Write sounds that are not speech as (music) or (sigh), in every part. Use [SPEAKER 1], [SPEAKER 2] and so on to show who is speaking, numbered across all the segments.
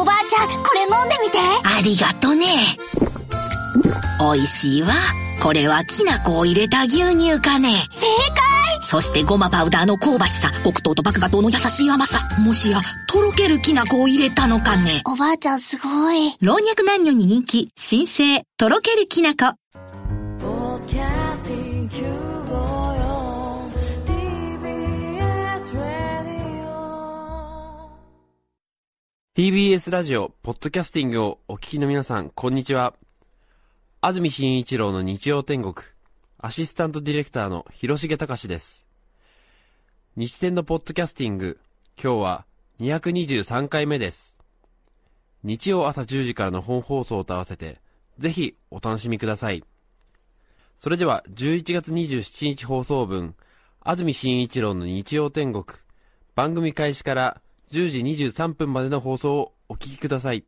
[SPEAKER 1] これ飲んでみて
[SPEAKER 2] ありがとね。美味しいわ。これはきな粉を入れた牛乳かね。
[SPEAKER 1] 正
[SPEAKER 2] そしてごまパウダーの香ばしさ、黒糖と麦芽糖の優しい甘さ、もしや、とろけるきな粉を入れたのかね。
[SPEAKER 1] 解おばあちゃんすごい
[SPEAKER 2] 老若男女に人気、新生、とろけるきな粉。
[SPEAKER 3] Broadcasting QOO TBS Radio
[SPEAKER 4] TBS ラジオ、ポッドキャスティングをお聞きの皆さん、こんにちは。安住紳一郎の日曜天国、アシスタントディレクターの広重隆です。日天のポッドキャスティング、今日は223回目です。日曜朝10時からの本放送と合わせて、ぜひお楽しみください。それでは、11月27日放送分、安住紳一郎の日曜天国、番組開始から10時23分までの放送をお聞きください。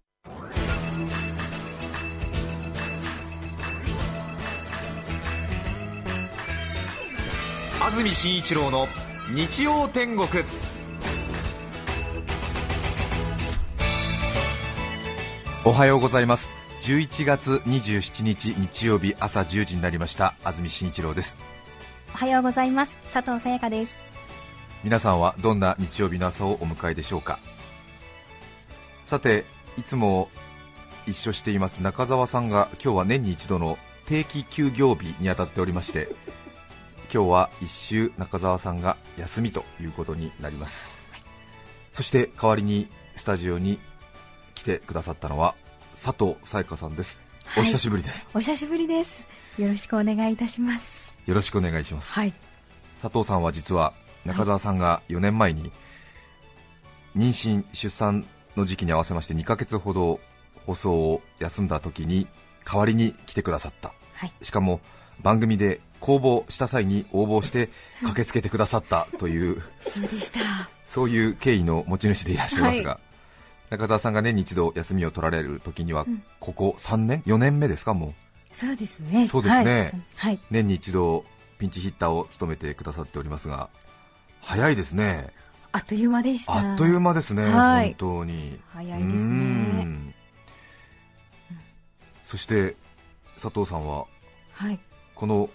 [SPEAKER 5] 安住紳一郎の日曜天国おはようございます11月27日日曜日朝10時になりました安住紳一郎です
[SPEAKER 6] おはようございます佐藤さやかです
[SPEAKER 5] 皆さんはどんな日曜日の朝をお迎えでしょうかさていつも一緒しています中澤さんが今日は年に一度の定期休業日に当たっておりまして今日は一周中澤さんが休みということになります、そして代わりにスタジオに来てくださったのは佐藤さやかさんです、
[SPEAKER 6] はい
[SPEAKER 5] お久しぶりです
[SPEAKER 6] お久しぶりですよろしくお願いいたします
[SPEAKER 5] よろしくお願いします
[SPEAKER 6] はい
[SPEAKER 5] 佐藤さんは実は中澤さんが4年前に妊娠・出産の時期に合わせまして2ヶ月ほど放送を休んだ時に代わりに来てくださった
[SPEAKER 6] はい
[SPEAKER 5] しかも番組で公募した際に応
[SPEAKER 6] (laughs)
[SPEAKER 5] 募して駆けつけてくださったという
[SPEAKER 6] そうでした
[SPEAKER 5] そういう経緯の持ち主でいらっしゃいますが、中澤さんが年に一度休みを取られる時には
[SPEAKER 6] うん
[SPEAKER 5] ここ3年4年目ですかもう
[SPEAKER 6] (laughs) そうですね
[SPEAKER 5] そうですね
[SPEAKER 6] はい、はい
[SPEAKER 5] 年に一度ピンチヒッターを務めてくださっておりますが早いですね
[SPEAKER 6] あっという間でした
[SPEAKER 5] あっという間ですね、
[SPEAKER 6] はい
[SPEAKER 5] 本当に。
[SPEAKER 6] 早いですね
[SPEAKER 5] うんそして佐藤さんは
[SPEAKER 6] はい
[SPEAKER 5] この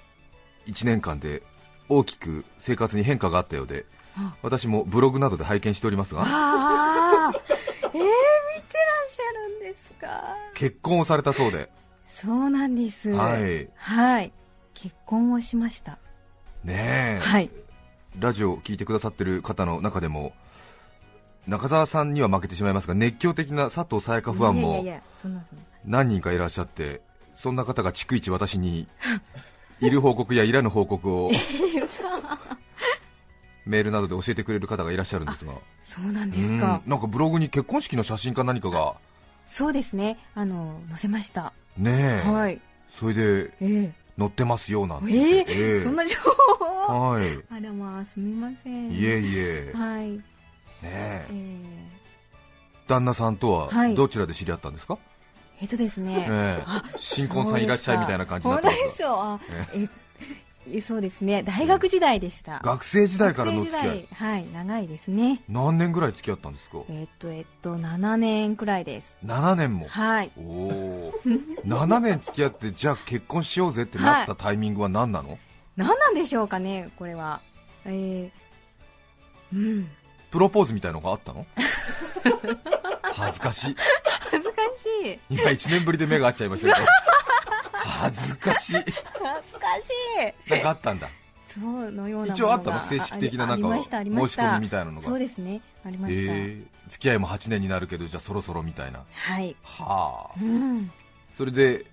[SPEAKER 5] 1年間で大きく生活に変化があったようで
[SPEAKER 6] あ、
[SPEAKER 5] 私もブログなどで拝見しておりますが、
[SPEAKER 6] ああ (laughs) えー、見てらっしゃるんですか
[SPEAKER 5] 結婚をされたそうで、
[SPEAKER 6] そうなんです
[SPEAKER 5] はい
[SPEAKER 6] はい結婚をしました
[SPEAKER 5] ねえ、
[SPEAKER 6] はい
[SPEAKER 5] ラジオを聞いてくださってる方の中でも、中澤さんには負けてしまいますが、熱狂的な佐藤さやかファン
[SPEAKER 6] いや
[SPEAKER 5] も
[SPEAKER 6] いやいやそんなそんな (laughs)
[SPEAKER 5] 何人かいらっしゃって、そんな方が逐一
[SPEAKER 6] (laughs)
[SPEAKER 5] 私にいる報告やいらぬ報告をメールなどで教えてくれる方がいらっしゃるんですが、
[SPEAKER 6] そうなんですか
[SPEAKER 5] うんなんかブログに結婚式の写真か何かが、
[SPEAKER 6] そうですねあの載せました
[SPEAKER 5] ねえ、
[SPEAKER 6] はい
[SPEAKER 5] それで
[SPEAKER 6] えー、
[SPEAKER 5] 載ってますよなんて言
[SPEAKER 6] ええ
[SPEAKER 5] って、
[SPEAKER 6] そんな情報
[SPEAKER 5] はい
[SPEAKER 6] あらまあすみません
[SPEAKER 5] いえいえ、ね
[SPEAKER 6] はい、
[SPEAKER 5] え
[SPEAKER 6] えー、
[SPEAKER 5] 旦那さんと
[SPEAKER 6] は
[SPEAKER 5] はいどちらで知り合ったんですか、
[SPEAKER 6] えっとですね、
[SPEAKER 5] ええ
[SPEAKER 6] あ
[SPEAKER 5] 新婚さんいらっしゃいみたいな感じになって
[SPEAKER 6] そ
[SPEAKER 5] ま
[SPEAKER 6] うですす
[SPEAKER 5] が
[SPEAKER 6] か本当ですよあえ (laughs) そうですね大学時代でした、
[SPEAKER 5] 学生時代からのお
[SPEAKER 6] 学
[SPEAKER 5] 付き合
[SPEAKER 6] 生
[SPEAKER 5] い
[SPEAKER 6] 時代はい長いですね
[SPEAKER 5] 何年ぐらい付き合ったんですか
[SPEAKER 6] えっとえっと7年くらいです
[SPEAKER 5] 7年も
[SPEAKER 6] はい
[SPEAKER 5] おお7年付き合ってじゃあ結婚しようぜってなったタイミングは何なの、
[SPEAKER 6] 何なんでしょうかねこれはえー、うん
[SPEAKER 5] プロポーズみたいのが
[SPEAKER 6] (laughs)
[SPEAKER 5] あったの恥ずかしい
[SPEAKER 6] 恥ずかしい
[SPEAKER 5] 今1年ぶりで目が合っちゃいましたけど恥ずかしい
[SPEAKER 6] 恥ずかしい
[SPEAKER 5] なんかあったんだ
[SPEAKER 6] そうのようなものが
[SPEAKER 5] 一応あったの正式的な
[SPEAKER 6] ああ
[SPEAKER 5] なん
[SPEAKER 6] り
[SPEAKER 5] か
[SPEAKER 6] ま
[SPEAKER 5] 申し
[SPEAKER 6] したありました
[SPEAKER 5] 込みみたいなのが
[SPEAKER 6] そうですねありました、
[SPEAKER 5] えー付き合いも8年になるけどじゃあそろそろみたいな
[SPEAKER 6] はい
[SPEAKER 5] はあ
[SPEAKER 6] うん
[SPEAKER 5] それで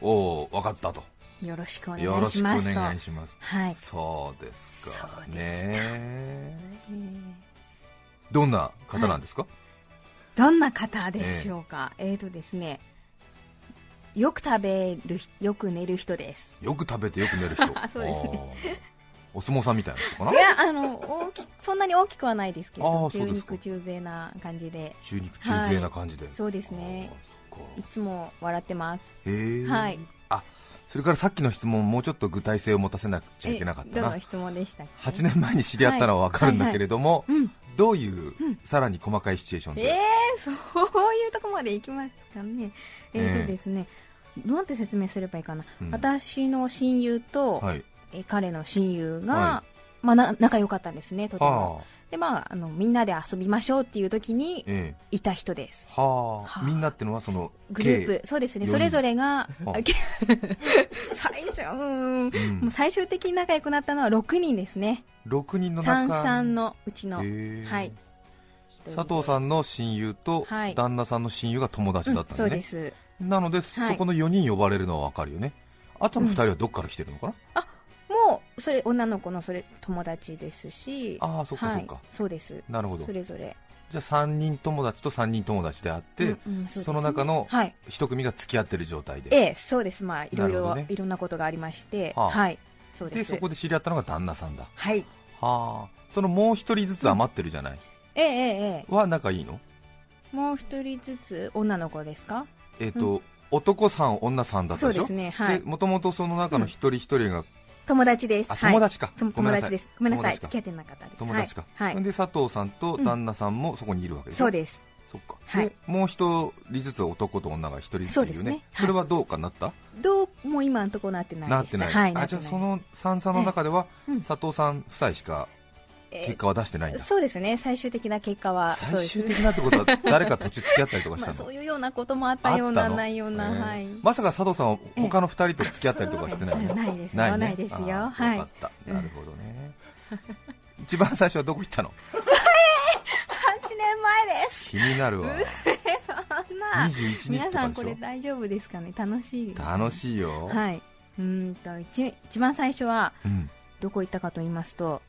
[SPEAKER 5] おお分かったと
[SPEAKER 6] よろしくお願
[SPEAKER 5] よろ
[SPEAKER 6] い
[SPEAKER 5] し
[SPEAKER 6] し
[SPEAKER 5] くお
[SPEAKER 6] ますと
[SPEAKER 5] 願いします
[SPEAKER 6] はい、
[SPEAKER 5] そうですか
[SPEAKER 6] そうでした
[SPEAKER 5] ね
[SPEAKER 6] えー
[SPEAKER 5] どんな方なんですか、
[SPEAKER 6] どんな方でしょうか、えーとですねよく食べる人よく寝る人です
[SPEAKER 5] よく食べてよく寝る人
[SPEAKER 6] あ (laughs) そうです
[SPEAKER 5] ねお相撲さんみたいな人かない
[SPEAKER 6] やあの大きそんなに大きくはないですけ
[SPEAKER 5] あ
[SPEAKER 6] ど
[SPEAKER 5] ーそ
[SPEAKER 6] 中
[SPEAKER 5] うですか
[SPEAKER 6] 肉中背な感じで
[SPEAKER 5] 中肉中背な感じで、
[SPEAKER 6] そうですね
[SPEAKER 5] あーそっか
[SPEAKER 6] いつも笑ってます
[SPEAKER 5] へえ
[SPEAKER 6] はい
[SPEAKER 5] あそれからさっきの質問もうちょっと具体性を持たせなくちゃいけなかっ
[SPEAKER 6] え
[SPEAKER 5] た
[SPEAKER 6] ど
[SPEAKER 5] な
[SPEAKER 6] の質問でしたっけ
[SPEAKER 5] 8年前に知り合ったのは分かるんだけれども、
[SPEAKER 6] うん
[SPEAKER 5] どういうさらに細かいシチュエーション
[SPEAKER 6] え
[SPEAKER 5] で、
[SPEAKER 6] ー、そういうとこまで行きますかね、えー
[SPEAKER 5] ええ
[SPEAKER 6] とですね、なんて説明すればいいかな、
[SPEAKER 5] うん
[SPEAKER 6] 私の親友と、
[SPEAKER 5] はい
[SPEAKER 6] えー彼の親友が、
[SPEAKER 5] は
[SPEAKER 6] まあ、な仲良かったんですね、とても。
[SPEAKER 5] はあ
[SPEAKER 6] で、まああの、みんなで遊びましょうっていう時に
[SPEAKER 5] ええ
[SPEAKER 6] いた人です。
[SPEAKER 5] はあ
[SPEAKER 6] はあ
[SPEAKER 5] みんなってのはその
[SPEAKER 6] グループ、そうですね、それぞれが、
[SPEAKER 5] あ
[SPEAKER 6] あけ (laughs) 最初、うん
[SPEAKER 5] 計、うん
[SPEAKER 6] もう最終的に仲良くなったのは6人ですね、
[SPEAKER 5] 6人の中
[SPEAKER 6] 三々のうちの、
[SPEAKER 5] へえ
[SPEAKER 6] はい、
[SPEAKER 5] 佐藤さんの親友と
[SPEAKER 6] はい
[SPEAKER 5] 旦那さんの親友が友達だったん
[SPEAKER 6] うんそう
[SPEAKER 5] ね、
[SPEAKER 6] です。
[SPEAKER 5] なのでそ
[SPEAKER 6] はい
[SPEAKER 5] この4人呼ばれるのは分かるよね、あとの2人はどっから来てるのかな、
[SPEAKER 6] もうそれ女の子のそれ友達ですし
[SPEAKER 5] ああそっかそっか、
[SPEAKER 6] はい、そうです
[SPEAKER 5] なるほど
[SPEAKER 6] それぞれ
[SPEAKER 5] じゃあ3人友達と3人友達であって、
[SPEAKER 6] うんうんうですね
[SPEAKER 5] その中の
[SPEAKER 6] はい
[SPEAKER 5] 一組が付き合ってる状態で
[SPEAKER 6] ええそうですまあいろい
[SPEAKER 5] なるほど
[SPEAKER 6] ろ、
[SPEAKER 5] ね
[SPEAKER 6] いろんなことがありまして、
[SPEAKER 5] はあ
[SPEAKER 6] はいそう
[SPEAKER 5] で
[SPEAKER 6] です
[SPEAKER 5] そこで知り合ったのが旦那さんだ
[SPEAKER 6] はい
[SPEAKER 5] はあそのもう一人ずつ余ってるじゃない、
[SPEAKER 6] えええええ
[SPEAKER 5] は仲いいの
[SPEAKER 6] えもう一人ずつ女の子ですか
[SPEAKER 5] えっ、と、男さん女さんだった
[SPEAKER 6] そう
[SPEAKER 5] でし
[SPEAKER 6] で
[SPEAKER 5] ょ
[SPEAKER 6] すねはい
[SPEAKER 5] もともとその中の一人一人が、
[SPEAKER 6] 友達です
[SPEAKER 5] あ
[SPEAKER 6] はい
[SPEAKER 5] 友達か、
[SPEAKER 6] そ
[SPEAKER 5] ごめ
[SPEAKER 6] 友
[SPEAKER 5] んなさ
[SPEAKER 6] 達
[SPEAKER 5] い
[SPEAKER 6] ですごめんなさい
[SPEAKER 5] 友
[SPEAKER 6] 付
[SPEAKER 5] 達
[SPEAKER 6] き
[SPEAKER 5] か
[SPEAKER 6] 合ってなかったです
[SPEAKER 5] 友達か、
[SPEAKER 6] はい、はい
[SPEAKER 5] で佐藤さんと旦那さんもそこにいるわけでしょ、
[SPEAKER 6] そうです
[SPEAKER 5] そっか、
[SPEAKER 6] はい
[SPEAKER 5] でもう一人ずつ男と女が一人ずつ
[SPEAKER 6] そう
[SPEAKER 5] いるよね
[SPEAKER 6] で
[SPEAKER 5] そ
[SPEAKER 6] すねはい
[SPEAKER 5] れはどうかなった、
[SPEAKER 6] どうも今のところなってないです
[SPEAKER 5] なってない、
[SPEAKER 6] はい、
[SPEAKER 5] あ
[SPEAKER 6] って
[SPEAKER 5] じゃ
[SPEAKER 6] な
[SPEAKER 5] あ
[SPEAKER 6] い
[SPEAKER 5] その三々の中では、
[SPEAKER 6] ええうん
[SPEAKER 5] 佐藤さん夫妻しか
[SPEAKER 6] ええ
[SPEAKER 5] 結果は出してないんだ、
[SPEAKER 6] そうですね最終的な結果はそう
[SPEAKER 5] 最
[SPEAKER 6] です
[SPEAKER 5] 終
[SPEAKER 6] ね
[SPEAKER 5] 的なってことは誰か途中付き合ったりとかし
[SPEAKER 6] ま
[SPEAKER 5] た
[SPEAKER 6] あ、
[SPEAKER 5] の,、
[SPEAKER 6] そういうようなこともあっ
[SPEAKER 5] あったた
[SPEAKER 6] よ
[SPEAKER 5] の
[SPEAKER 6] うなないような、
[SPEAKER 5] ええ
[SPEAKER 6] はい
[SPEAKER 5] まさか佐藤さんは他の二人と付き合った
[SPEAKER 6] (laughs)
[SPEAKER 5] りとかしてないの、
[SPEAKER 6] ええないですよ
[SPEAKER 5] ね
[SPEAKER 6] ないですよ
[SPEAKER 5] あー
[SPEAKER 6] はい
[SPEAKER 5] よかった、なるほどね (laughs) 一番最初はどこ行ったの
[SPEAKER 6] 8年前です
[SPEAKER 5] 気になるわ
[SPEAKER 6] えそんな
[SPEAKER 5] 21日
[SPEAKER 6] 皆
[SPEAKER 5] と
[SPEAKER 6] さ
[SPEAKER 5] か
[SPEAKER 6] ん
[SPEAKER 5] でし
[SPEAKER 6] これ
[SPEAKER 5] ょ
[SPEAKER 6] 大丈夫ですかね楽しい
[SPEAKER 5] 楽しいよ、
[SPEAKER 6] はい、うーんと一一番最初は
[SPEAKER 5] うん、
[SPEAKER 6] どこ行ったかと言いますと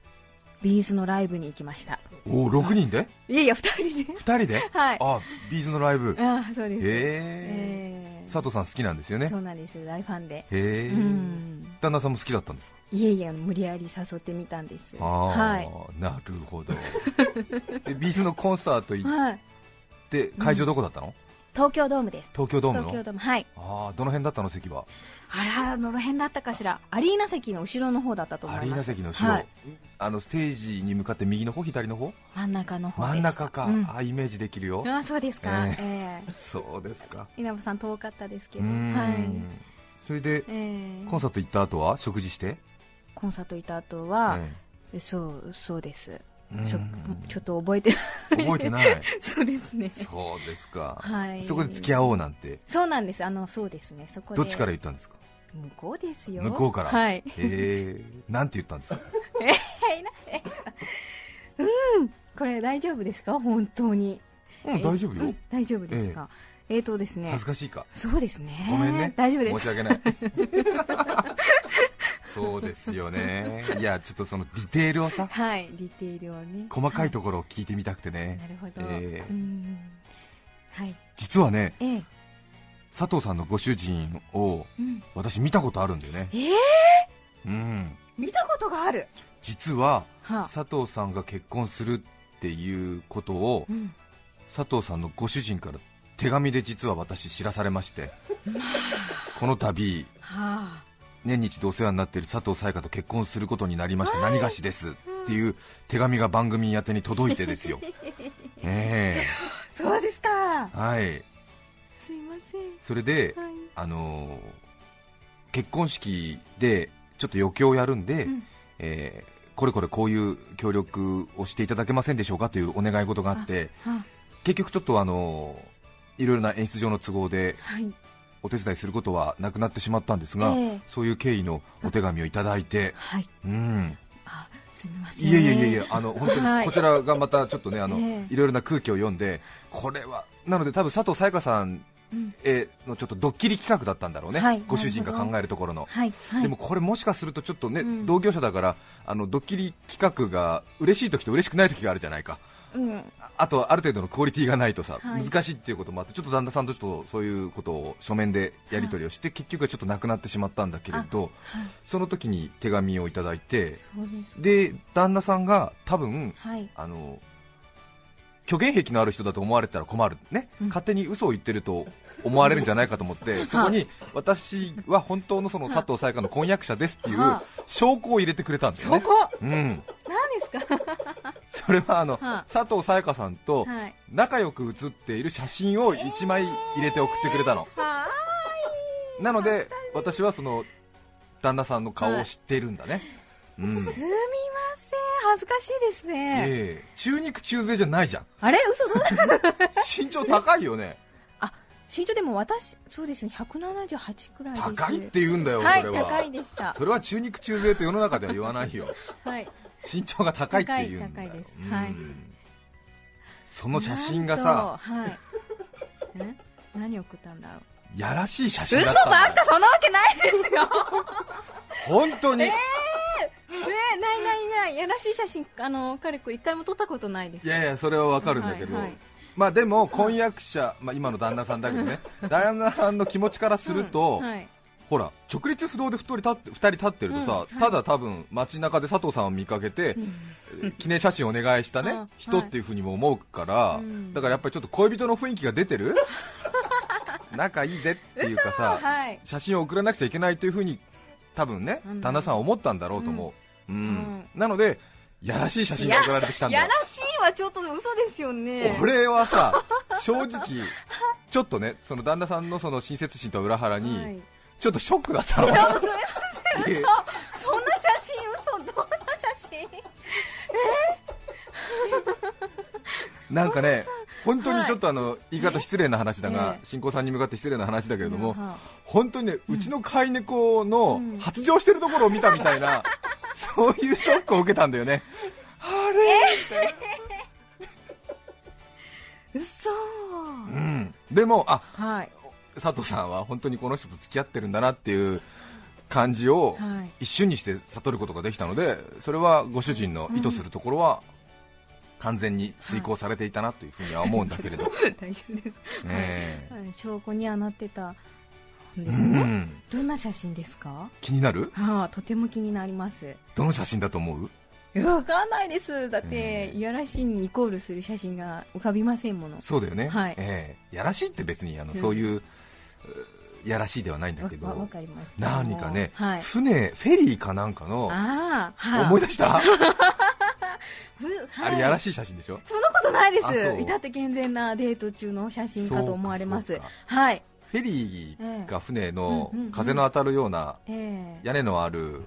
[SPEAKER 6] ビーズのライブに行きました
[SPEAKER 5] おお6人で
[SPEAKER 6] いやいや2人で
[SPEAKER 5] 二人で
[SPEAKER 6] はい
[SPEAKER 5] あビーズのライブへ
[SPEAKER 6] ああそうです、
[SPEAKER 5] え
[SPEAKER 6] えー
[SPEAKER 5] 佐藤さん好きなんですよね
[SPEAKER 6] そうなんですよ大ファンで
[SPEAKER 5] へえ
[SPEAKER 6] うん
[SPEAKER 5] 旦那さんも好きだったんですか
[SPEAKER 6] いえいえ無理やり誘ってみたんです
[SPEAKER 5] あ
[SPEAKER 6] は
[SPEAKER 5] あなる
[SPEAKER 6] (laughs)
[SPEAKER 5] ほどでビーズのコンサート
[SPEAKER 6] い、
[SPEAKER 5] 行っ
[SPEAKER 6] はい、
[SPEAKER 5] て会場どこだったの
[SPEAKER 6] 東京ドームです
[SPEAKER 5] 東京ドーム
[SPEAKER 6] 東京
[SPEAKER 5] の
[SPEAKER 6] ドームはい
[SPEAKER 5] ああどの辺だったの席は
[SPEAKER 6] あらどの辺だったかしらアリーナ席の後ろの方だったと思いま
[SPEAKER 5] ア
[SPEAKER 6] す
[SPEAKER 5] リーナ席の後ろ
[SPEAKER 6] はい
[SPEAKER 5] あのステージに向かって右の方左の方
[SPEAKER 6] 真ん中の方でした
[SPEAKER 5] 真ん中か
[SPEAKER 6] うん
[SPEAKER 5] あイメージできるよ
[SPEAKER 6] あそうですか、
[SPEAKER 5] え
[SPEAKER 6] え
[SPEAKER 5] え
[SPEAKER 6] え
[SPEAKER 5] そうですか
[SPEAKER 6] 稲葉さん遠かったですけ
[SPEAKER 5] うー
[SPEAKER 6] ど、はい
[SPEAKER 5] んそれで
[SPEAKER 6] ええ
[SPEAKER 5] コンサート行った後は食事して
[SPEAKER 6] コンサート行った後は、
[SPEAKER 5] え
[SPEAKER 6] そうそうです、
[SPEAKER 5] え
[SPEAKER 6] しょ
[SPEAKER 5] うん
[SPEAKER 6] ちょっと覚えてない
[SPEAKER 5] 覚えてない
[SPEAKER 6] (laughs) そうですね
[SPEAKER 5] そうですか、
[SPEAKER 6] はい
[SPEAKER 5] そこで付き合おうなんて
[SPEAKER 6] そうなんですあのそうですねそこで
[SPEAKER 5] どっちから言ったんですか
[SPEAKER 6] 向こうですよ
[SPEAKER 5] 向こうから
[SPEAKER 6] はい
[SPEAKER 5] へえなんて言ったんですか
[SPEAKER 6] これ大丈夫ですか本当に
[SPEAKER 5] う
[SPEAKER 6] (laughs)
[SPEAKER 5] ん
[SPEAKER 6] え
[SPEAKER 5] 大丈夫
[SPEAKER 6] う
[SPEAKER 5] よ
[SPEAKER 6] ん大丈夫ですかえー、とですね
[SPEAKER 5] 恥ずかしいか
[SPEAKER 6] そうですね
[SPEAKER 5] ごめんね
[SPEAKER 6] 大丈夫です
[SPEAKER 5] 申し
[SPEAKER 6] (laughs)
[SPEAKER 5] 訳ないそうですよねいやちょっとそのディテールをさ
[SPEAKER 6] はいディテールをね
[SPEAKER 5] 細かいところを聞いてみたくて
[SPEAKER 6] な
[SPEAKER 5] ね、
[SPEAKER 6] るほど、
[SPEAKER 5] え
[SPEAKER 6] う
[SPEAKER 5] ー
[SPEAKER 6] んはい
[SPEAKER 5] 実はね
[SPEAKER 6] えー
[SPEAKER 5] 佐藤さんのご主人を
[SPEAKER 6] うん、
[SPEAKER 5] 私見たことあるんだよね
[SPEAKER 6] えー
[SPEAKER 5] うん
[SPEAKER 6] 見たことがある
[SPEAKER 5] 実は
[SPEAKER 6] はあ
[SPEAKER 5] 佐藤さんが結婚するっていうことを
[SPEAKER 6] うん、
[SPEAKER 5] 佐藤さんのご主人から手紙で実は私知らされましてこの度
[SPEAKER 6] はあ
[SPEAKER 5] 年に一度お世話になっている佐藤沙耶香と結婚することになりまして何がしですっていう手紙が番組宛てに届いてで
[SPEAKER 6] (laughs)
[SPEAKER 5] すよえ
[SPEAKER 6] そうですか
[SPEAKER 5] えはい
[SPEAKER 6] すいません
[SPEAKER 5] それで
[SPEAKER 6] はい
[SPEAKER 5] あのー結婚式でちょっと余興をやるんで、
[SPEAKER 6] うん
[SPEAKER 5] えーこれこれこういう協力をしていただけませんでしょうかというお願い事があって
[SPEAKER 6] は
[SPEAKER 5] 結局ちょっとあのーいろいろな演出上の都合で
[SPEAKER 6] あはい
[SPEAKER 5] お手伝いすることはなくなってしまったんですが、
[SPEAKER 6] ええ
[SPEAKER 5] そういう経緯のお手紙をいただいて、
[SPEAKER 6] はい
[SPEAKER 5] うん、
[SPEAKER 6] あすみません
[SPEAKER 5] いやいやいやいや、
[SPEAKER 6] (laughs)
[SPEAKER 5] あの本当
[SPEAKER 6] は
[SPEAKER 5] に
[SPEAKER 6] い
[SPEAKER 5] こちらがまたちょっとね、あの
[SPEAKER 6] ええ
[SPEAKER 5] いろいろな空気を読んで、これは、なので多分佐藤沙耶香さん
[SPEAKER 6] うん
[SPEAKER 5] へのちょっとドッキリ企画だったんだろうね、
[SPEAKER 6] はい
[SPEAKER 5] ご主人が
[SPEAKER 6] なるほど
[SPEAKER 5] 考えるところの。
[SPEAKER 6] はいはい
[SPEAKER 5] でもこれもしかするとちょっとね、
[SPEAKER 6] うん
[SPEAKER 5] 同業者だからあのドッキリ企画が嬉しい時と嬉しくない時があるじゃないか
[SPEAKER 6] うん
[SPEAKER 5] ああとある程度のクオリティがないとさ、
[SPEAKER 6] はい
[SPEAKER 5] 難しいっていうこともあってちょっと旦那さんとちょっとそういうことを書面でやり取りをして、結局はちょっとなくなってしまったんだけれど
[SPEAKER 6] はい
[SPEAKER 5] その時に手紙をいただいて
[SPEAKER 6] そうです
[SPEAKER 5] で旦那さんが多分
[SPEAKER 6] はい
[SPEAKER 5] あの虚言癖のある人だと思われたら困る、ね、勝手に嘘を言ってると思われるんじゃないかと思っ
[SPEAKER 6] (laughs)
[SPEAKER 5] て、そこに私は本当のその佐藤沙耶香の婚約者ですっていう
[SPEAKER 6] は
[SPEAKER 5] 証拠を入れてくれたんですよね、
[SPEAKER 6] こ
[SPEAKER 5] うん、
[SPEAKER 6] 何ですか
[SPEAKER 5] それはあの
[SPEAKER 6] は
[SPEAKER 5] 佐藤沙耶香さんと
[SPEAKER 6] はい
[SPEAKER 5] 仲良く写っている写真を1枚入れて送ってくれたの、
[SPEAKER 6] は
[SPEAKER 5] なので私はその旦那さんの顔を知っているんだね。うん
[SPEAKER 6] ーいすみません恥ずかしいですね、
[SPEAKER 5] ええ中肉中背じゃないじゃん
[SPEAKER 6] あれ嘘どうだ
[SPEAKER 5] 身長高いよね
[SPEAKER 6] 身長でも私そうですね178くらいです
[SPEAKER 5] 高いって言うんだよ、
[SPEAKER 6] はい
[SPEAKER 5] それは
[SPEAKER 6] 高いでした
[SPEAKER 5] それは中肉中背と世の中では言わない
[SPEAKER 6] (laughs)
[SPEAKER 5] よ
[SPEAKER 6] はい
[SPEAKER 5] 身長が高いって言うんだ
[SPEAKER 6] 高い
[SPEAKER 5] よ
[SPEAKER 6] 高いです
[SPEAKER 5] うん
[SPEAKER 6] はい
[SPEAKER 5] その写真がさ
[SPEAKER 6] なんとはいん何送ったんだろう
[SPEAKER 5] やらしい写真
[SPEAKER 6] 嘘
[SPEAKER 5] だ
[SPEAKER 6] ば
[SPEAKER 5] っ
[SPEAKER 6] った
[SPEAKER 5] んだよ
[SPEAKER 6] かそんなわけないですよ
[SPEAKER 5] 本当に、
[SPEAKER 6] えーないないないやらしい写真あの彼子一回も撮ったことないです
[SPEAKER 5] いやいやそれはわかるんだけど、
[SPEAKER 6] はいはい
[SPEAKER 5] まあでも婚約者、まあ、今の旦那さんだけど
[SPEAKER 6] (laughs)
[SPEAKER 5] ね旦那さんの気持ちからすると、
[SPEAKER 6] うんはい
[SPEAKER 5] ほら直立不動で2人立って二人立ってるとさ、ただ多分街中で佐藤さんを見かけて、記念写真お願いしたね、
[SPEAKER 6] うん
[SPEAKER 5] 人っていうふうにも思うから、
[SPEAKER 6] うん
[SPEAKER 5] だからやっぱりちょっと恋人の雰囲気が出
[SPEAKER 6] (laughs)
[SPEAKER 5] てる仲いいぜっていうかさ、
[SPEAKER 6] はい
[SPEAKER 5] 写真を送らなくちゃいけないというふうに多分ね
[SPEAKER 6] うん
[SPEAKER 5] 旦那さんは思ったんだろうと思う、うん
[SPEAKER 6] うん
[SPEAKER 5] なのでやらしい写真が送られてきたんだよ
[SPEAKER 6] やらしいはちょっと嘘ですよね
[SPEAKER 5] 俺はさ正直ちょっとねその旦那さんのその親切心とは裏腹に、
[SPEAKER 6] はい
[SPEAKER 5] ちょっとショックだったの
[SPEAKER 6] ちょっとすみません
[SPEAKER 5] いえ
[SPEAKER 6] 嘘そんな写真嘘どんな写真
[SPEAKER 5] なんかね本当にちょっとあの、言い方失礼な話だが
[SPEAKER 6] ええ
[SPEAKER 5] 新婚さんに向かって失礼な話だけれども、
[SPEAKER 6] うんはい
[SPEAKER 5] 本当にねうちの飼い猫の
[SPEAKER 6] うん
[SPEAKER 5] 発情してるところを見たみた
[SPEAKER 6] (laughs)
[SPEAKER 5] いな、そういうショックを受けたんだよねあれ
[SPEAKER 6] 嘘
[SPEAKER 5] うんでもあ
[SPEAKER 6] はい
[SPEAKER 5] 佐藤さんは本当にこの人と付き合ってるんだなっていう感じを
[SPEAKER 6] はい
[SPEAKER 5] 一瞬にして悟ることができたので、それはご主人の意図するところは完全に遂行されていたなというふうには思うんだけれど、
[SPEAKER 6] (laughs) 大丈夫です
[SPEAKER 5] ね
[SPEAKER 6] はい証拠にはなってたん
[SPEAKER 5] え
[SPEAKER 6] で
[SPEAKER 5] う
[SPEAKER 6] すね、
[SPEAKER 5] ん、
[SPEAKER 6] どんな写真ですか (laughs)
[SPEAKER 5] 気になる
[SPEAKER 6] はあとても気になります
[SPEAKER 5] どの写真だと思う
[SPEAKER 6] いやわかんないですだって、
[SPEAKER 5] ええ
[SPEAKER 6] いやらしいにイコールする写真が浮かびませんもの
[SPEAKER 5] そうだよね、
[SPEAKER 6] はい
[SPEAKER 5] ええやらしいって別にあの、
[SPEAKER 6] うん
[SPEAKER 5] そういううやらしいではないんだけ
[SPEAKER 6] わわわ
[SPEAKER 5] ど
[SPEAKER 6] かります
[SPEAKER 5] 何かね、
[SPEAKER 6] はい
[SPEAKER 5] 船フェリーかなんかの
[SPEAKER 6] ああはい
[SPEAKER 5] 思い出した、
[SPEAKER 6] ふはい
[SPEAKER 5] あれやらしい写真でしょ
[SPEAKER 6] そんなことないで
[SPEAKER 5] あそう
[SPEAKER 6] す至って健全なデート中の写真かと思われま
[SPEAKER 5] そう
[SPEAKER 6] す
[SPEAKER 5] かそう
[SPEAKER 6] はい
[SPEAKER 5] フェリーか船の
[SPEAKER 6] ええうんうんうん
[SPEAKER 5] 風の当たるような
[SPEAKER 6] ええ
[SPEAKER 5] 屋根のある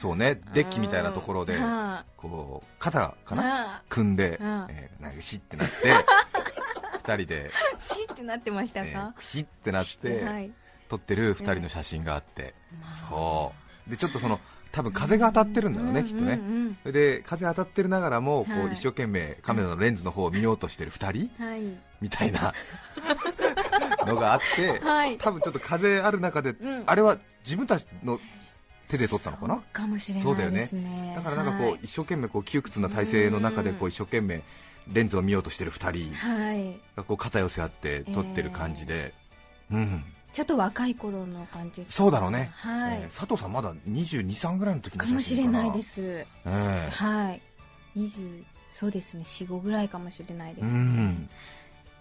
[SPEAKER 5] そうねデッキみたいなところで
[SPEAKER 6] は
[SPEAKER 5] こう肩かな
[SPEAKER 6] あ
[SPEAKER 5] 組んで、
[SPEAKER 6] うん
[SPEAKER 5] えーなんかシッてなって
[SPEAKER 6] (laughs)
[SPEAKER 5] 二人で、
[SPEAKER 6] あシってなってました
[SPEAKER 5] えー
[SPEAKER 6] か、
[SPEAKER 5] シッてなっ
[SPEAKER 6] は
[SPEAKER 5] て
[SPEAKER 6] い
[SPEAKER 5] 撮ってる二人の写真があって、そうでちょっとその多分風が当たってるんだろうね、きっとね、
[SPEAKER 6] うんうん
[SPEAKER 5] それで風当たってるながらもこ
[SPEAKER 6] は
[SPEAKER 5] う
[SPEAKER 6] い
[SPEAKER 5] 一生懸命カメラのレンズの方を見ようとしてる二人
[SPEAKER 6] うんはい
[SPEAKER 5] みた
[SPEAKER 6] (laughs)
[SPEAKER 5] いなのがあって、
[SPEAKER 6] はい
[SPEAKER 5] 多分ちょっと風ある中で、
[SPEAKER 6] ん
[SPEAKER 5] あれは自分たちの手で撮ったのかな
[SPEAKER 6] かもしれ
[SPEAKER 5] そうだ
[SPEAKER 6] な
[SPEAKER 5] よ
[SPEAKER 6] いで
[SPEAKER 5] ね
[SPEAKER 6] すね
[SPEAKER 5] だからなんかこう、一生懸命こう窮屈な体勢の中でこう一生懸命レンズを見ようとしてる2人
[SPEAKER 6] はい、はい
[SPEAKER 5] がこう肩寄せ合って撮ってる感じで、うん、
[SPEAKER 6] ちょっと若い頃の感じ
[SPEAKER 5] そうだろうね、
[SPEAKER 6] はい
[SPEAKER 5] えー佐藤さんまだ2 2三ぐらいの時の
[SPEAKER 6] かも
[SPEAKER 5] 写
[SPEAKER 6] し
[SPEAKER 5] 真
[SPEAKER 6] れ
[SPEAKER 5] かな
[SPEAKER 6] ないで、す
[SPEAKER 5] ええ
[SPEAKER 6] はい20そうですね45ぐらいかもしれないで
[SPEAKER 5] う
[SPEAKER 6] す、
[SPEAKER 5] ん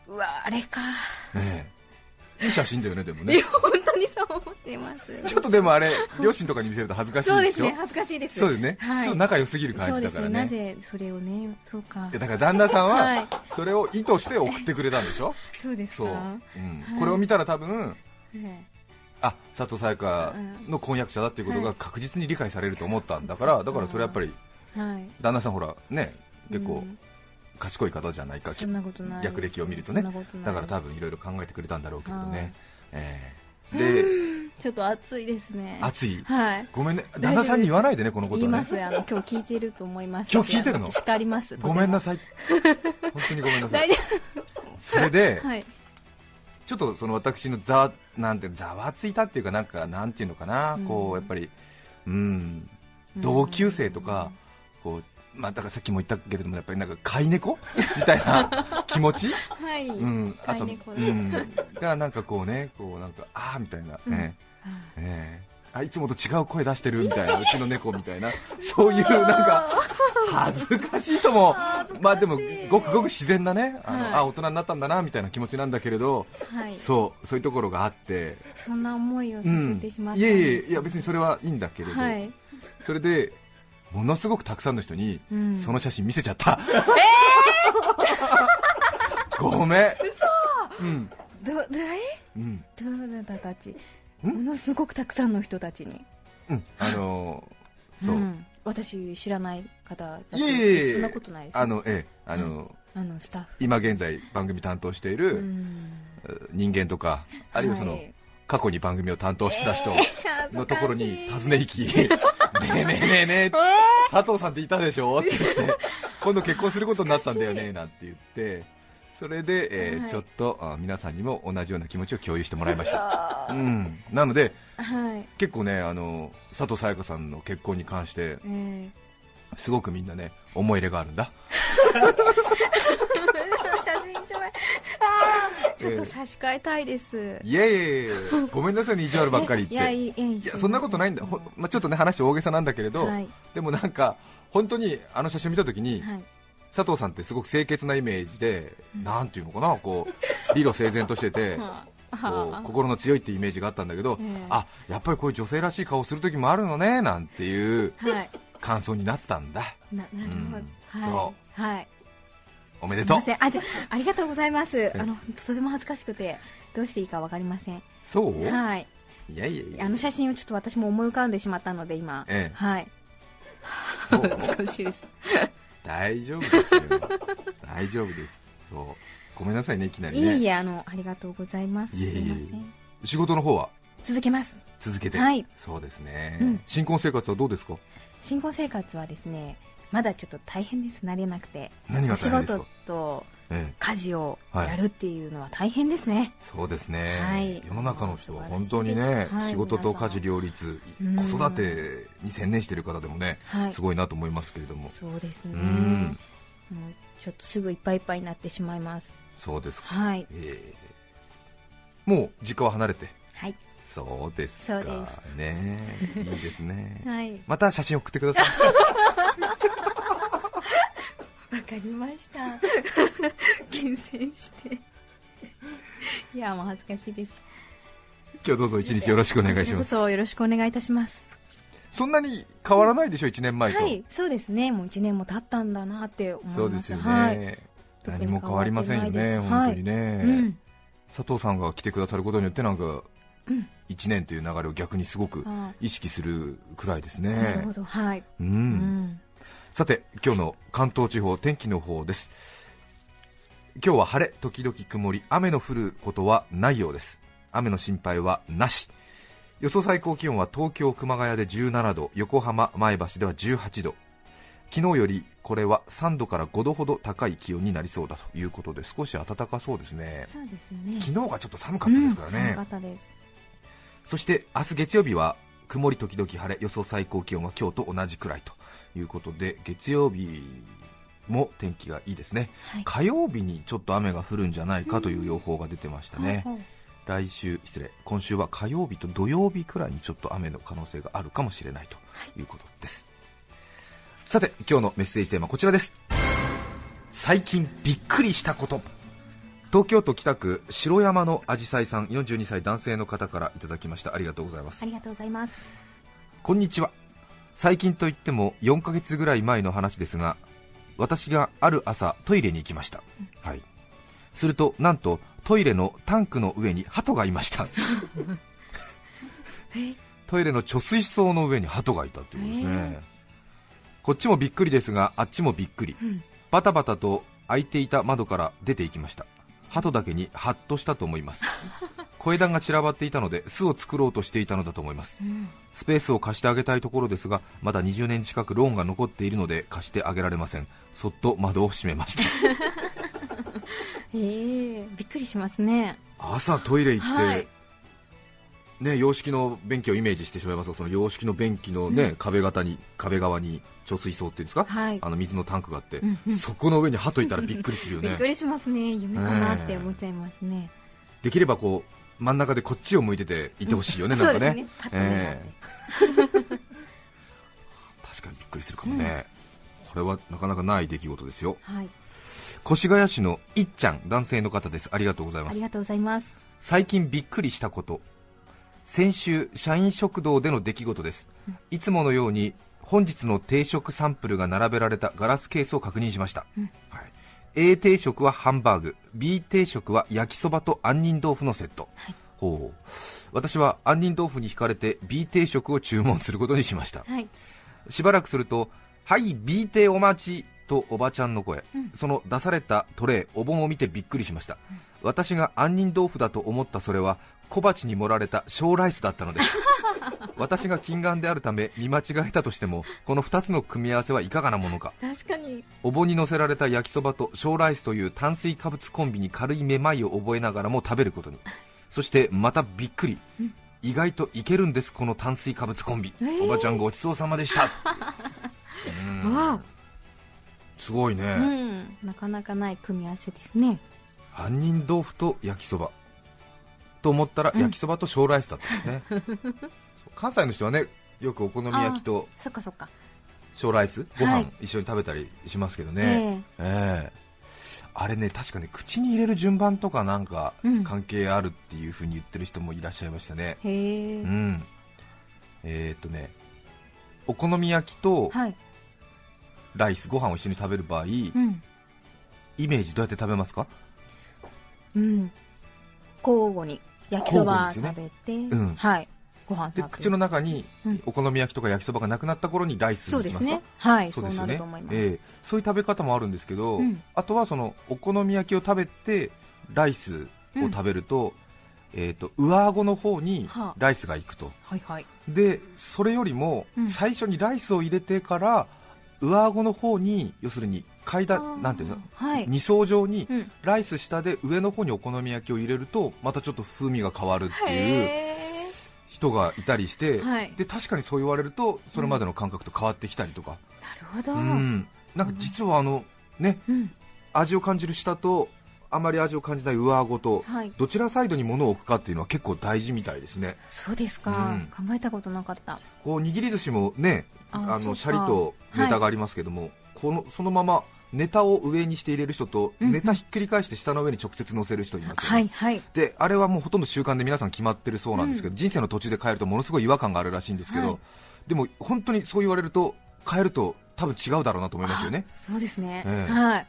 [SPEAKER 6] うわあれか
[SPEAKER 5] ええいい写真だよねでも
[SPEAKER 6] い
[SPEAKER 5] ね
[SPEAKER 6] や本当にそう思ってます
[SPEAKER 5] ちょっとでもあれ両親とかに見せると恥ずかしい
[SPEAKER 6] そう
[SPEAKER 5] で
[SPEAKER 6] で
[SPEAKER 5] し
[SPEAKER 6] す
[SPEAKER 5] ょ
[SPEAKER 6] ね恥ずかしいです
[SPEAKER 5] そうだよね、
[SPEAKER 6] はい、
[SPEAKER 5] ちょっと仲良すぎる感じだから
[SPEAKER 6] そうで
[SPEAKER 5] ね
[SPEAKER 6] すねなぜそれをねそうか
[SPEAKER 5] いやだから旦那さん
[SPEAKER 6] はい
[SPEAKER 5] はそれを意図して送ってくれたんでし
[SPEAKER 6] (laughs)
[SPEAKER 5] ょ
[SPEAKER 6] そうですか
[SPEAKER 5] そう、うん
[SPEAKER 6] はい
[SPEAKER 5] これを見たら多分
[SPEAKER 6] え
[SPEAKER 5] あ佐藤沙耶香の婚約者だっていうこと
[SPEAKER 6] は
[SPEAKER 5] が
[SPEAKER 6] い
[SPEAKER 5] 確実に理解されると思ったんだから、だからそれはやっぱり
[SPEAKER 6] えはい
[SPEAKER 5] 旦那さん、ほらね結
[SPEAKER 6] う
[SPEAKER 5] 構
[SPEAKER 6] ん
[SPEAKER 5] 賢い方じゃないか、
[SPEAKER 6] そんなことない
[SPEAKER 5] 略歴を見るとね
[SPEAKER 6] そんなことない
[SPEAKER 5] だから多分いろいろ考えてくれたんだろうけど
[SPEAKER 6] はい、
[SPEAKER 5] ねええ
[SPEAKER 6] ちょっと暑いですね
[SPEAKER 5] で熱い、
[SPEAKER 6] はい
[SPEAKER 5] ごめんね、
[SPEAKER 6] 夫です
[SPEAKER 5] 旦那さんに言わないでね、このこ
[SPEAKER 6] 言
[SPEAKER 5] と
[SPEAKER 6] いま
[SPEAKER 5] はね、
[SPEAKER 6] すあの今日聞いてると思います
[SPEAKER 5] 今日聞いてるの
[SPEAKER 6] 叱ります
[SPEAKER 5] ごめんな
[SPEAKER 6] さ
[SPEAKER 5] さい、本当にごめんなさ
[SPEAKER 6] 大
[SPEAKER 5] い
[SPEAKER 6] 丈、
[SPEAKER 5] それで
[SPEAKER 6] 夫、はい
[SPEAKER 5] ちょっとその私のざなんてざわついたっていうか、なんかなんていうのかな、
[SPEAKER 6] うん
[SPEAKER 5] こうやっぱり、うん、同級生とか、こうまあ、だからさっきも言ったけれども、やっぱりなんか飼い猫みたいな気持ち、
[SPEAKER 6] はい、
[SPEAKER 5] うん、あと、
[SPEAKER 6] 飼
[SPEAKER 5] う
[SPEAKER 6] い猫だ
[SPEAKER 5] ん、がなんかこうね、こうなんかああみたいな、ねええあいつもと違う声出してるみたい
[SPEAKER 6] (laughs)
[SPEAKER 5] な、うちの猫みたいな、そういうなんか、恥ずかしいとも、まあでも、ごくごく自然なね、あの、
[SPEAKER 6] はい
[SPEAKER 5] あ大人になったんだなみたいな気持ちなんだけれど、
[SPEAKER 6] はい、そ
[SPEAKER 5] そう、そういうところがあって、
[SPEAKER 6] んな思いをさ
[SPEAKER 5] う
[SPEAKER 6] せ
[SPEAKER 5] ん、
[SPEAKER 6] てしまったん
[SPEAKER 5] いやい
[SPEAKER 6] で
[SPEAKER 5] やいや、別にそれはいいんだけれ
[SPEAKER 6] す
[SPEAKER 5] ど、
[SPEAKER 6] はい、
[SPEAKER 5] それで、ものすごくたくさんの人に、
[SPEAKER 6] うん
[SPEAKER 5] その写真見せちゃった。 (laughs) ごめん。うん、
[SPEAKER 6] どどえ
[SPEAKER 5] うん、
[SPEAKER 6] どなたたちものすごくたくさんの人たちに、
[SPEAKER 5] うん、あのー、そう。
[SPEAKER 6] ん私知らない方だ
[SPEAKER 5] いえいえいえ
[SPEAKER 6] そんなことないです
[SPEAKER 5] あの、ええ、あの、
[SPEAKER 6] あのスタッフ
[SPEAKER 5] 今現在番組担当している人間とか、あるいはその、
[SPEAKER 6] はい
[SPEAKER 5] 過去に番組を担当してた人
[SPEAKER 6] 恥ずかしい
[SPEAKER 5] のところに尋ね
[SPEAKER 6] (laughs)
[SPEAKER 5] 行き、ねえねえねえねえ、佐藤さんっていたでしょって言
[SPEAKER 6] (laughs)
[SPEAKER 5] って、今度結婚することになったんだよねなんて言って、それで、えー
[SPEAKER 6] はい
[SPEAKER 5] ちょっとあ皆さんにも同じような気持ちを共有してもらいました。うん、なので
[SPEAKER 6] はい
[SPEAKER 5] 結構ねあの佐藤さやかさんの結婚に関して
[SPEAKER 6] え
[SPEAKER 5] (laughs)
[SPEAKER 6] ー
[SPEAKER 5] すごくみんなね思い入れがあるんだ。
[SPEAKER 6] 写真一枚あーちょっと差し替えたいです、
[SPEAKER 5] いやいやいやいやごめんなさいね意地悪ばっかり言って。
[SPEAKER 6] いやいやい
[SPEAKER 5] いやそんなことないんだ、ほ
[SPEAKER 6] は
[SPEAKER 5] まあ、ちょっとね話大げさなんだけれど、
[SPEAKER 6] はい
[SPEAKER 5] でもなんか本当にあの写真見たときに、
[SPEAKER 6] い
[SPEAKER 5] 佐藤さんってすごく清潔なイメージで、なんていうのかなこう理路整然とし
[SPEAKER 6] (laughs)
[SPEAKER 5] てて
[SPEAKER 6] は
[SPEAKER 5] こう
[SPEAKER 6] あ
[SPEAKER 5] 心の強いってイメージがあったんだけど、
[SPEAKER 6] ええ
[SPEAKER 5] あやっぱりこういう女性らしい顔する時もあるのねなんていう
[SPEAKER 6] はい
[SPEAKER 5] 感想になったんだ
[SPEAKER 6] ななるほど、
[SPEAKER 5] うん
[SPEAKER 6] はい
[SPEAKER 5] そ
[SPEAKER 6] はい
[SPEAKER 5] おめです
[SPEAKER 6] い
[SPEAKER 5] とう
[SPEAKER 6] ませんあじゃありがとうございますあの本当とても恥ずかしくてどうしていいかわかりません
[SPEAKER 5] そう、
[SPEAKER 6] はい
[SPEAKER 5] い、やいやいや
[SPEAKER 6] あの写真をちょっと私も思い浮かんでしまったので今、
[SPEAKER 5] ええ
[SPEAKER 6] はい
[SPEAKER 5] そう
[SPEAKER 6] (laughs) 恥ずかしいです
[SPEAKER 5] 大丈夫ですよ (laughs) 大丈夫ですそうごめんなさいねいきなり
[SPEAKER 6] いえ
[SPEAKER 5] ね
[SPEAKER 6] いえあのありがとうございます
[SPEAKER 5] いえいえいえ
[SPEAKER 6] すません
[SPEAKER 5] 仕事の方は
[SPEAKER 6] 続けます
[SPEAKER 5] 続けて、
[SPEAKER 6] はい
[SPEAKER 5] そうですね、
[SPEAKER 6] うん
[SPEAKER 5] 新婚生活はどうですか
[SPEAKER 6] 新婚生活はですねまだちょっと大変です慣れなくて
[SPEAKER 5] 何が
[SPEAKER 6] お仕
[SPEAKER 5] 大変ですか
[SPEAKER 6] 事、と
[SPEAKER 5] ええ、
[SPEAKER 6] 家事をやるっていうのは大変ですね、
[SPEAKER 5] そうですね、
[SPEAKER 6] はい
[SPEAKER 5] 世の中の人は本当にね、
[SPEAKER 6] 素晴らしいですはい
[SPEAKER 5] 仕事と家事両立、
[SPEAKER 6] 皆さん
[SPEAKER 5] 子育てに専念している方でもね、
[SPEAKER 6] はい
[SPEAKER 5] すごいなと思いますけれども
[SPEAKER 6] そうです
[SPEAKER 5] う
[SPEAKER 6] ね
[SPEAKER 5] ん
[SPEAKER 6] もうちょっとすぐいっぱいいっぱいになってしまいます
[SPEAKER 5] そうですか、
[SPEAKER 6] はい
[SPEAKER 5] ええもう実家は離れて
[SPEAKER 6] はい
[SPEAKER 5] そうですか
[SPEAKER 6] そうで
[SPEAKER 5] ねいいです
[SPEAKER 6] (laughs)
[SPEAKER 5] ね
[SPEAKER 6] はい
[SPEAKER 5] また写真送ってください (laughs)
[SPEAKER 6] わかりました厳選して (laughs) いやもう恥ずかしいです
[SPEAKER 5] 今日どうぞ一日よろしくお願いしま
[SPEAKER 6] こち
[SPEAKER 5] す
[SPEAKER 6] らこそよろしくお願いいたします
[SPEAKER 5] そんなに変わらないでしょ1年前と、
[SPEAKER 6] はいそうですねもう1年も経ったんだなって思います
[SPEAKER 5] そうですよね、
[SPEAKER 6] はい
[SPEAKER 5] 何も変わりませんよね、
[SPEAKER 6] 特に変わ
[SPEAKER 5] 本
[SPEAKER 6] っ
[SPEAKER 5] 当
[SPEAKER 6] て
[SPEAKER 5] にね、
[SPEAKER 6] うん
[SPEAKER 5] 佐藤さんが来てくださることによってなんか、1年という流れを逆にすごく
[SPEAKER 6] は
[SPEAKER 5] 意識するくらいです
[SPEAKER 6] なる
[SPEAKER 5] ね
[SPEAKER 6] ほ、どはい、
[SPEAKER 5] うん
[SPEAKER 6] うん
[SPEAKER 5] さて今日の関東地方天気の方です今日は晴れ時々曇り雨の降ることはないようです雨の心配はなし予想最高気温は東京熊谷で17度横浜前橋では18度昨日よりこれは3度から5度ほど高い気温になりそうだということで少し暖かそうですね
[SPEAKER 6] そうですね
[SPEAKER 5] 昨日がちょっと寒かったですから
[SPEAKER 6] うん寒
[SPEAKER 5] ね、
[SPEAKER 6] かったです
[SPEAKER 5] そして明日月曜日は曇り時々晴れ予想最高気温は今日と同じくらいということで月曜日も天気がいいですね、
[SPEAKER 6] はい
[SPEAKER 5] 火曜日にちょっと雨が降るんじゃないかという予報が出てましたね、
[SPEAKER 6] ほうほう
[SPEAKER 5] 来週失礼今週は火曜日と土曜日くらいにちょっと雨の可能性があるかもしれないということです、さて今日のメッセージテーマこちらです最近びっくりしたこと東京都北区城山のあじさいさん42歳男性の方からいただきましたありがとうございます
[SPEAKER 6] ありがとうございます
[SPEAKER 5] こんにちは最近といっても4ヶ月ぐらい前の話ですが私がある朝トイレに行きました、はい、するとなんとトイレのタンクの上に鳩がいましたトイレの貯水槽の上に鳩がいたということですね、こっちもびっくりですがあっちもびっくり、バタバタと開いていた窓から出ていきました鳩だけにハッとしたと思います小枝が散らばっていたので巣を作ろうとしていたのだと思います、スペースを貸してあげたいところですがまだ20年近くローンが残っているので貸してあげられませんそっと窓を閉めました
[SPEAKER 6] ええびっくりしますね
[SPEAKER 5] 朝トイレ行って、
[SPEAKER 6] はい
[SPEAKER 5] ね、洋式の便器をイメージしてしまいますがその洋式の便器の、ね壁型に壁側に貯水槽っていうんですか、
[SPEAKER 6] はい
[SPEAKER 5] あの水のタンクがあって、そこの上に鳩いたらびっくりするよ
[SPEAKER 6] びっ
[SPEAKER 5] ね
[SPEAKER 6] くりしますね夢かなって思っちゃいますね、
[SPEAKER 5] できればこう真ん中でこっちを向いてていてほし
[SPEAKER 6] (laughs)
[SPEAKER 5] いよね、
[SPEAKER 6] うん
[SPEAKER 5] なんか
[SPEAKER 6] そうで
[SPEAKER 5] ね
[SPEAKER 6] すねパッと見ちゃって
[SPEAKER 5] え
[SPEAKER 6] (laughs)
[SPEAKER 5] え確かにびっくりするかもね、これはなかなかない出来事ですよ
[SPEAKER 6] はい、
[SPEAKER 5] 越谷市のいっちゃん男性の方ですありがとうござい
[SPEAKER 6] あ
[SPEAKER 5] ます
[SPEAKER 6] りがとうございます。
[SPEAKER 5] 最近びっくりしたこと先週社員食堂での出来事ですいつものように本日の定食サンプルが並べられたガラスケースを確認しました、はい、A 定食はハンバーグ B 定食は焼きそばと杏仁豆腐のセット、ほう私は杏仁豆腐に惹かれて B 定食を注文することにしました、
[SPEAKER 6] はい、
[SPEAKER 5] しばらくすると「はい B 亭お待ち」とおばちゃんの声、その出されたトレーお盆を見てびっくりしました、私が杏仁豆腐だと思ったそれは小鉢に盛られた小ライスだったのです私が近眼であるため見間違えたとしてもこの2つの組み合わせはいかがなものか
[SPEAKER 6] 確かに。
[SPEAKER 5] お盆に乗せられた焼きそばと小ライスという炭水化物コンビに軽いめまいを覚えながらも食べること
[SPEAKER 6] (laughs)
[SPEAKER 5] にそしてまたびっくり、意外といけるんですこの炭水化物コンビ、
[SPEAKER 6] ー
[SPEAKER 5] おばちゃんごちそうさま
[SPEAKER 6] (laughs)
[SPEAKER 5] でしたうん
[SPEAKER 6] わ
[SPEAKER 5] すごいね、
[SPEAKER 6] あ、うん、なかなかない組み合わせですね。
[SPEAKER 5] 杏仁豆腐と焼きそばと思ったら焼きそばと小ライスだったんですね、
[SPEAKER 6] (laughs)
[SPEAKER 5] 関西の人はねよくお好み焼きと
[SPEAKER 6] そっかそっか。
[SPEAKER 5] 小ライスご
[SPEAKER 6] は
[SPEAKER 5] 飯
[SPEAKER 6] い
[SPEAKER 5] 一緒に食べたりしますけどね、ええあれね確かね口に入れる順番とかなんか
[SPEAKER 6] うん
[SPEAKER 5] 関係あるっていう風に言ってる人もいらっしゃいましたね
[SPEAKER 6] へえ、
[SPEAKER 5] うん、えーっとねお好み焼きと
[SPEAKER 6] はい、
[SPEAKER 5] ライスご飯を一緒に食べる場合、イ
[SPEAKER 6] うん、
[SPEAKER 5] メージどうやって食べますか
[SPEAKER 6] うん。交互に焼きそば
[SPEAKER 5] 交
[SPEAKER 6] 食
[SPEAKER 5] 互
[SPEAKER 6] べて、
[SPEAKER 5] うん
[SPEAKER 6] はい、ご飯食べ
[SPEAKER 5] で
[SPEAKER 6] る
[SPEAKER 5] 口の中に
[SPEAKER 6] うん
[SPEAKER 5] お好み焼きとか焼きそばがなくなった頃にライス
[SPEAKER 6] そう
[SPEAKER 5] に
[SPEAKER 6] で
[SPEAKER 5] きますすか
[SPEAKER 6] ね。はい、そ
[SPEAKER 5] そ
[SPEAKER 6] う
[SPEAKER 5] うです
[SPEAKER 6] な
[SPEAKER 5] よ
[SPEAKER 6] る
[SPEAKER 5] ね
[SPEAKER 6] と思います。
[SPEAKER 5] ええそういう食べ方もあるんですけど、
[SPEAKER 6] うん
[SPEAKER 5] あとはそのお好み焼きを食べてライスを食べると,、えー、と上顎の方に
[SPEAKER 6] はあ
[SPEAKER 5] ライスがいくと
[SPEAKER 6] はいはい。
[SPEAKER 5] でそれよりも
[SPEAKER 6] うん
[SPEAKER 5] 最初にライスを入れてから上顎の方に要するに階
[SPEAKER 6] あー
[SPEAKER 5] 段なんていうの、
[SPEAKER 6] はい。
[SPEAKER 5] 二層状に
[SPEAKER 6] うん。
[SPEAKER 5] ライス下で上の方にお好み焼きを入れるとまたちょっと風味が変わるっていう
[SPEAKER 6] へえ。
[SPEAKER 5] 人がいたりして、
[SPEAKER 6] はい
[SPEAKER 5] で確かにそう言われるとそれまでの感覚と変わってきたりとか、
[SPEAKER 6] なるほど。
[SPEAKER 5] うんなんか実はあの、ね、
[SPEAKER 6] うん
[SPEAKER 5] 味を感じる下とあまり味を感じない上顎と、
[SPEAKER 6] はい。
[SPEAKER 5] どちらサイドに物を置くかっていうのは結構大事みたいですね
[SPEAKER 6] そうですか、
[SPEAKER 5] うん
[SPEAKER 6] 考えたことなかった。
[SPEAKER 5] こう握り寿司もね
[SPEAKER 6] あ
[SPEAKER 5] あ
[SPEAKER 6] そうか
[SPEAKER 5] のシャリとネタがありますけども、このそのままネタを上にして入れる人と、
[SPEAKER 6] うんうん
[SPEAKER 5] ネタひっくり返して下の上に直接乗せる人いますよね、
[SPEAKER 6] はいはい。
[SPEAKER 5] であれはもうほとんど習慣で皆さん決まってるそうなんですけど、人生の途中で変えるとものすごい違和感があるらしいんですけど、
[SPEAKER 6] はい
[SPEAKER 5] でも本当にそう言われると変えると多分違うだろうなと思いますよね
[SPEAKER 6] あそうですね。
[SPEAKER 5] ええ
[SPEAKER 6] はい。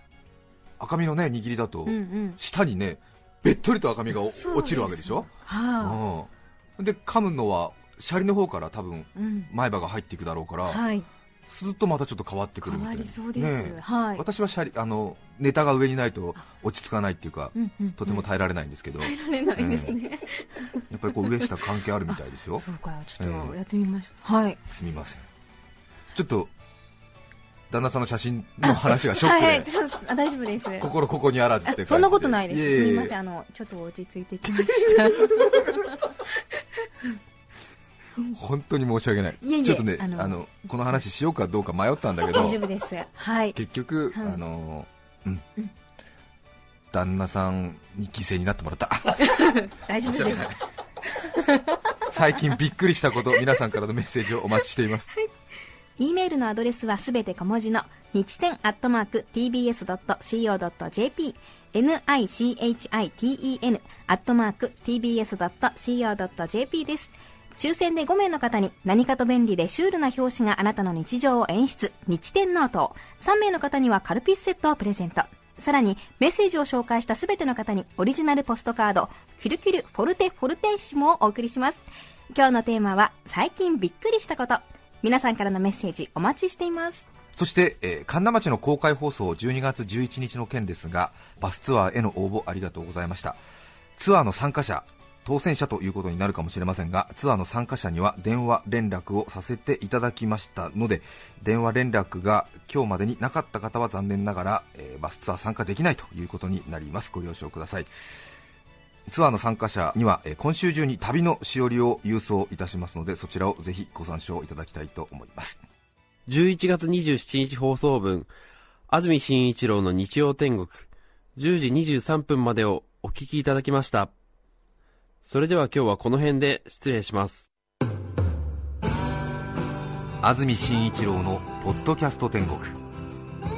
[SPEAKER 5] 赤身のね握りだと、
[SPEAKER 6] うんうん。
[SPEAKER 5] 下にねべっとりと赤身が
[SPEAKER 6] そ
[SPEAKER 5] お
[SPEAKER 6] うです
[SPEAKER 5] 落ちるわけでしょ、
[SPEAKER 6] は
[SPEAKER 5] うん、で噛むのはシャリの方から多分
[SPEAKER 6] あ。うん。
[SPEAKER 5] 前歯が入っていくだろうから、
[SPEAKER 6] はい。
[SPEAKER 5] するとまたちょっと変わってくる
[SPEAKER 6] 変わ
[SPEAKER 5] みたいな
[SPEAKER 6] りそうです。
[SPEAKER 5] ねえ
[SPEAKER 6] はい。
[SPEAKER 5] 私はシャリあのネタが上にないと落ち着かないっていうか、
[SPEAKER 6] うんうん
[SPEAKER 5] とても耐えられないんですけど、
[SPEAKER 6] 耐えられないですね。
[SPEAKER 5] やっぱりこう上下関係あるみたいですよ
[SPEAKER 6] (laughs) そうか、ちょっと
[SPEAKER 5] ええ
[SPEAKER 6] やってみました。はい。
[SPEAKER 5] すみませんちょっと旦那さんの写真の話がショックで、
[SPEAKER 6] はいはい、ちょっとあ大丈夫です。
[SPEAKER 5] 心ここにあらずっ
[SPEAKER 6] あ
[SPEAKER 5] て感じで
[SPEAKER 6] そんなことないです。
[SPEAKER 5] ええ
[SPEAKER 6] すみません、あの、ちょっと落ち着いてきま
[SPEAKER 5] (laughs)
[SPEAKER 6] した。
[SPEAKER 5] 本当に申し訳ない
[SPEAKER 6] いえいえ
[SPEAKER 5] ちょっとね
[SPEAKER 6] あ
[SPEAKER 5] あ
[SPEAKER 6] の
[SPEAKER 5] のこの話しようかどうか迷ったんだけ
[SPEAKER 6] 大
[SPEAKER 5] ど
[SPEAKER 6] 丈夫です。はい。
[SPEAKER 5] 結局、
[SPEAKER 6] はい
[SPEAKER 5] あのうん、旦那さんに犠牲になってもらった
[SPEAKER 6] 大丈夫
[SPEAKER 5] 申し
[SPEAKER 6] で
[SPEAKER 5] 訳
[SPEAKER 6] す
[SPEAKER 5] ない。 (laughs) 最近びっくりしたこと皆さんからのメッセージをお待ちしています
[SPEAKER 6] E メールのアドレスはすべて小文字の日天アットマーク tbs.co.jp nichiten アットマーク tbs.co.jp です。抽選で5名の方に何かと便利でシュールな表紙があなたの日常を演出、日天ノートを3名の方にはカルピスセットをプレゼント。さらに、メッセージを紹介したすべての方にオリジナルポストカード、キュルキュルフォルテフォルテッシモをお送りします。今日のテーマは、最近びっくりしたこと。皆さんからのメッセージお待ちしています。
[SPEAKER 5] そして、えー神田町の公開放送12月11日の件ですがバスツアーへの応募ありがとうございましたツアーの参加者当選者ということになるかもしれませんがツアーの参加者には電話連絡をさせていただきましたので電話連絡が今日までになかった方は残念ながら、えーバスツアー参加できないということになりますご了承くださいツアーの参加者には、えー今週中に旅のしおりを郵送いたしますのでそちらをぜひご参照いただきたいと思います
[SPEAKER 4] 11月27日放送分、安住紳一郎の日曜天国、10時23分までをお聞きいただきました。それでは今日はこの辺で失礼します。
[SPEAKER 5] 安住紳一郎の「ポッドキャスト天国」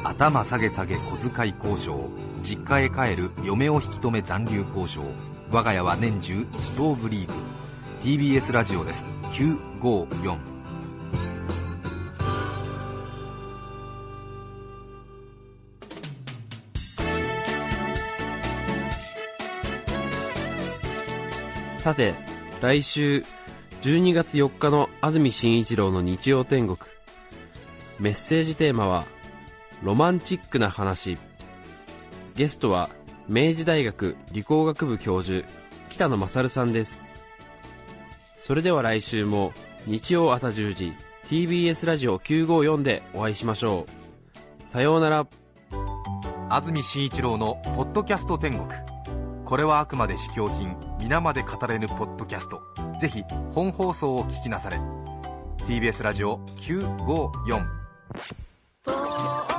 [SPEAKER 5] 頭下げ下げ小遣い交渉実家へ帰る嫁を引き止め残留交渉我が家は年中ストーブリーグ TBS ラジオです954
[SPEAKER 4] さて、来週12月4日の安住紳一郎の日曜天国。メッセージテーマは、ロマンチックな話。ゲストは、明治大学理工学部教授、北野勝さんです。それでは来週も、日曜朝10時、TBS ラジオ954でお会いしましょう。さようなら。
[SPEAKER 5] 安住紳一郎の「ポッドキャスト天国」これはあくまで試供品皆まで語れぬポッドキャストぜひ本放送を聞きなされ TBS ラジオ954
[SPEAKER 3] 「ぼーっ